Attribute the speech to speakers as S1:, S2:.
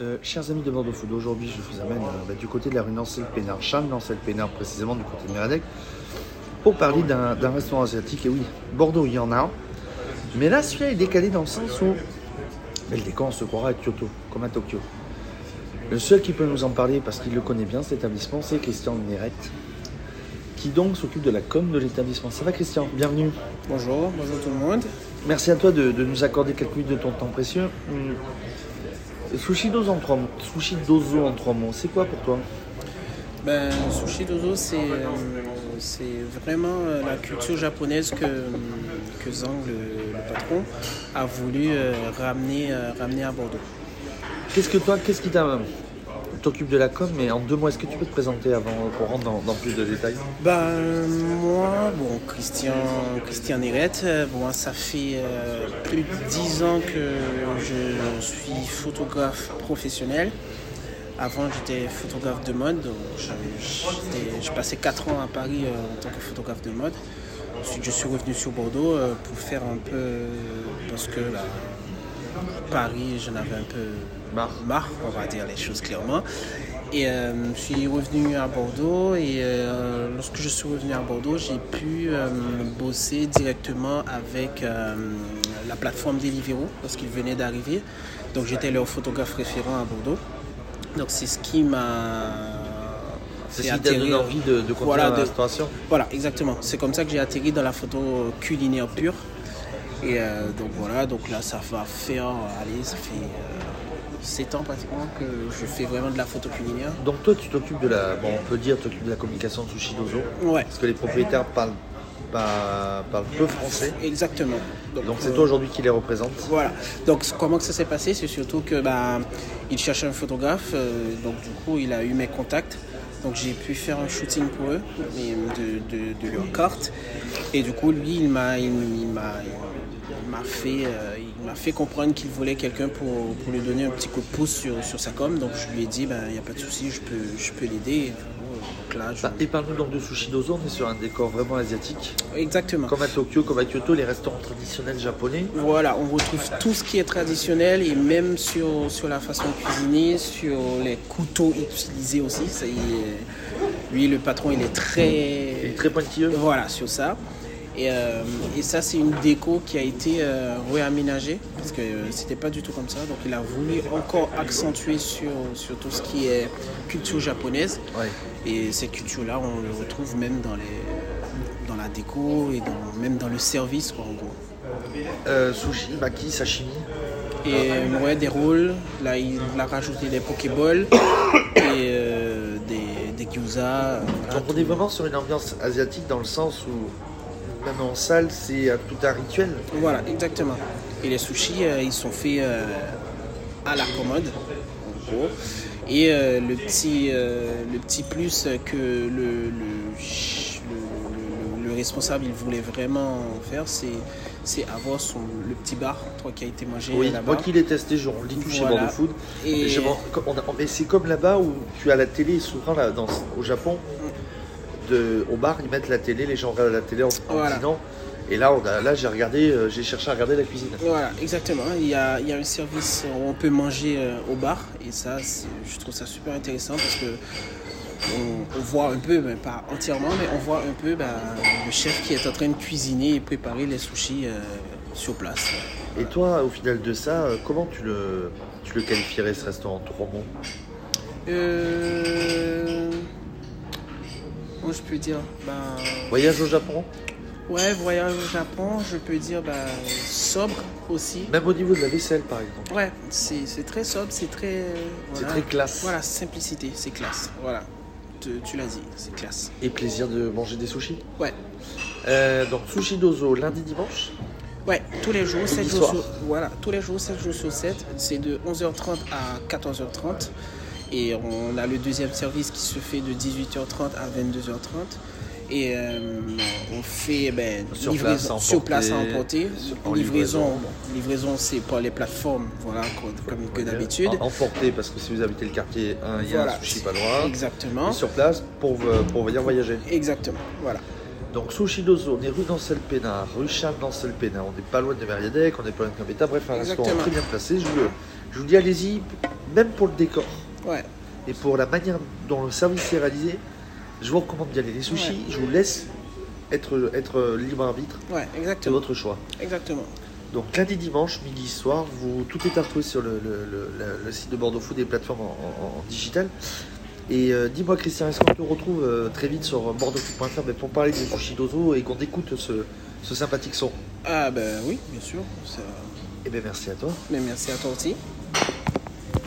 S1: Euh, chers amis de Bordeaux Food, aujourd'hui je vous amène euh, bah, du côté de la rue Nancel-Pénard, Charles Nancel-Pénard précisément du côté de Méradec, pour parler d'un d'un restaurant asiatique. Et oui, Bordeaux il y en a un, mais là celui-là est décalé dans le sens où mais le décor on se croirait à Kyoto, comme à Tokyo. Le seul qui peut nous en parler parce qu'il le connaît bien cet établissement, c'est Christian Nérette, qui donc s'occupe de la com de l'établissement. Ça va Christian, bienvenue.
S2: Bonjour, bonjour tout le monde.
S1: Merci à toi de, de nous accorder quelques minutes de ton temps précieux. Hum. Sushi dozo en trois mots. Sushi dozo en trois mots. C'est quoi pour toi
S2: Ben, sushi dozo, c'est euh, c'est vraiment euh, la culture japonaise que, que Zhang, le, le patron, a voulu euh, ramener, euh, ramener à Bordeaux.
S1: Qu'est-ce que toi, qu'est-ce qui t'a t'occupe de la com Mais en deux mots, est-ce que tu peux te présenter avant qu'on rentre dans, dans plus de détails
S2: Ben, moi, bon, Christian, Christian Hérette, euh, bon, ça fait euh, plus de 10 ans que je suis photographe professionnel. Avant, j'étais photographe de mode, donc je- j'étais- je passais 4 ans à Paris euh, en tant que photographe de mode. Ensuite, je suis revenu sur Bordeaux euh, pour faire un peu. euh, parce que là, Paris, j'en avais un peu
S1: Marre.
S2: marre, on va dire les choses clairement. Et euh, je suis revenu à Bordeaux et euh, lorsque je suis revenu à Bordeaux, j'ai pu euh, bosser directement avec euh, la plateforme Deliveroo lorsqu'ils venaient d'arriver. Donc j'étais leur photographe référent à Bordeaux. Donc c'est ce qui m'a
S1: C'est
S2: fait
S1: ce qui t'a donné
S2: atterrir.
S1: envie de, de continuer
S2: Voilà,
S1: dans la
S2: de-
S1: restauration
S2: Voilà, exactement. C'est comme ça que j'ai atterri dans la photo culinaire pure. Et euh, donc voilà, donc là ça va faire, euh, allez, ça fait 7 ans pratiquement que je fais vraiment de la photo culinaire.
S1: Donc toi, tu t'occupes de la... Bon, on peut dire, tu t'occupes de la communication de Sushi dozo.
S2: Ouais,
S1: Parce que les propriétaires parlent, pas- parlent peu français.
S2: exactement.
S1: Donc c'est
S2: euh,
S1: toi aujourd'hui qui les représente.
S2: Voilà. Donc c- comment que ça s'est passé C'est surtout que bah, il cherchait un photographe, euh, donc du coup il a eu mes contacts. Donc j'ai pu faire un shooting pour eux, mais de, de, de leur carte. Et du coup lui il m'a il, il m'a il m'a fait euh, il m'a fait comprendre qu'il voulait quelqu'un pour, pour lui donner un petit coup de pouce sur, sur sa com. Donc je lui ai dit ben il n'y a pas de souci, je peux je peux l'aider. Et du coup, euh, Donc là je-
S1: Bah, et parle-nous donc de Sushi dozo, on est sur un décor vraiment asiatique.
S2: exactement.
S1: Comme à Tokyo, comme à Kyoto, les restaurants traditionnels japonais.
S2: Voilà, on retrouve tout ce qui est traditionnel et même sur, sur la façon de cuisiner, sur les couteaux utilisés aussi. Ça, il est- lui, le patron, il est
S1: Et
S2: très...
S1: très pointilleux.
S2: Voilà, sur ça. Et, euh, et ça, c'est une déco qui a été euh, réaménagée parce que euh, c'était pas du tout comme ça. Donc, il a voulu encore accentuer sur, sur tout ce qui est culture japonaise.
S1: Ouais.
S2: Et cette culture-là, on le retrouve même dans, les, dans la déco et dans- même dans le service, quoi, en gros.
S1: Euh, sushi, maki, sashimi.
S2: Et euh, ouais, des rôles. Là, il a rajouté des Pokéballs et euh, des, des Gyuza.
S1: Donc on est vraiment sur une ambiance asiatique dans le sens où, même en salle, c'est euh, tout un rituel.
S2: Voilà, exactement. Et les sushis, euh, ils sont faits euh, à la commode, en gros. Et euh, le, petit, euh, le petit plus que le, le, ch- le- le- le responsable, il voulait vraiment faire, c'est c'est avoir son, le petit bar, toi qui as été mangé
S1: Oui,
S2: là-bas.
S1: moi qui l'ai testé, je l'ai touché
S2: Voilà.
S1: Bordeaux Food.
S2: Et-
S1: Et j'ai- on a- mais c'est comme là-bas où tu as la télé, souvent là, dans- au Japon,
S2: Mm.
S1: de, au bar, ils mettent la télé, les gens regardent la télé en, en
S2: Voilà.
S1: dînant. Et là, on a- là j'ai regardé, euh, j'ai cherché à regarder la cuisine.
S2: Voilà, exactement. Il y, a, il y a un service où on peut manger euh, au bar et ça, c'est- je trouve ça super intéressant parce que on, on voit un peu, ben, pas entièrement, mais on voit un peu ben, le chef qui est en train de cuisiner et préparer les sushis euh, sur place.
S1: Et toi, au final de ça, euh, comment tu le, tu le qualifierais ce restaurant en trois mots
S2: Euh... Comment je peux dire ben,
S1: Voyage au Japon
S2: Ouais, voyage au Japon, je peux dire ben, sobre aussi.
S1: Même au niveau de la vaisselle, par exemple.
S2: Ouais, c'est c'est très sobre, c'est très... euh,
S1: C'est
S2: voilà.
S1: très classe.
S2: Voilà, simplicité, c'est classe. Voilà, tu, tu l'as dit, c'est classe.
S1: Et plaisir de manger des sushis.
S2: Ouais,
S1: Euh, donc, sushi dozo, lundi, dimanche.
S2: ouais, tous les jours, 7 jours
S1: soir.
S2: sur, voilà, tous les jours, 7 jours sur 7, c'est de 11h30 à 14h30. Et on a le deuxième service qui se fait de 18h30 à 22h30. Et euh, on fait ben,
S1: Sur place à
S2: sur place à
S1: emporter,
S2: emporter.
S1: en livraison.
S2: livraison, bon, livraison c'est par les plateformes, voilà, comme, comme que d'habitude.
S1: En- Emporté, Euh, parce que si vous habitez le quartier, hein, il y a
S2: Voilà.
S1: un sushi pas loin.
S2: Exactement.
S1: Et sur place pour, euh, pour venir voyager.
S2: Exactement, voilà.
S1: Donc, sushi dozo, on est rue d'Ancel Pénard, rue Charles d'Ancel Pénard. On n'est pas loin de Mériadec, on n'est pas loin de Gambetta. Bref, un restaurant
S2: Exactement.
S1: très bien placé. Je, vous- je vous dis, allez-y, même pour le décor
S2: Ouais.
S1: et pour la manière dont le service est réalisé, je vous recommande d'y aller. Les sushis,
S2: Ouais.
S1: je vous laisse être, être libre arbitre,
S2: Ouais,
S1: c'est
S2: exactement.
S1: votre choix.
S2: Exactement.
S1: Donc lundi, dimanche, midi, soir, vous, tout est à retrouver sur le, le- le- le- le site de Bordeaux Food et les plateformes en, en- en digital. Et euh, dis-moi Christian, est-ce qu'on te retrouve euh, très vite sur bordeauxfood.fr mais pour parler des sushis d'Ozo et qu'on écoute ce, ce sympathique son
S2: Ah ben oui, bien sûr. ça-
S1: Eh bien merci à toi.
S2: Mais merci à toi aussi.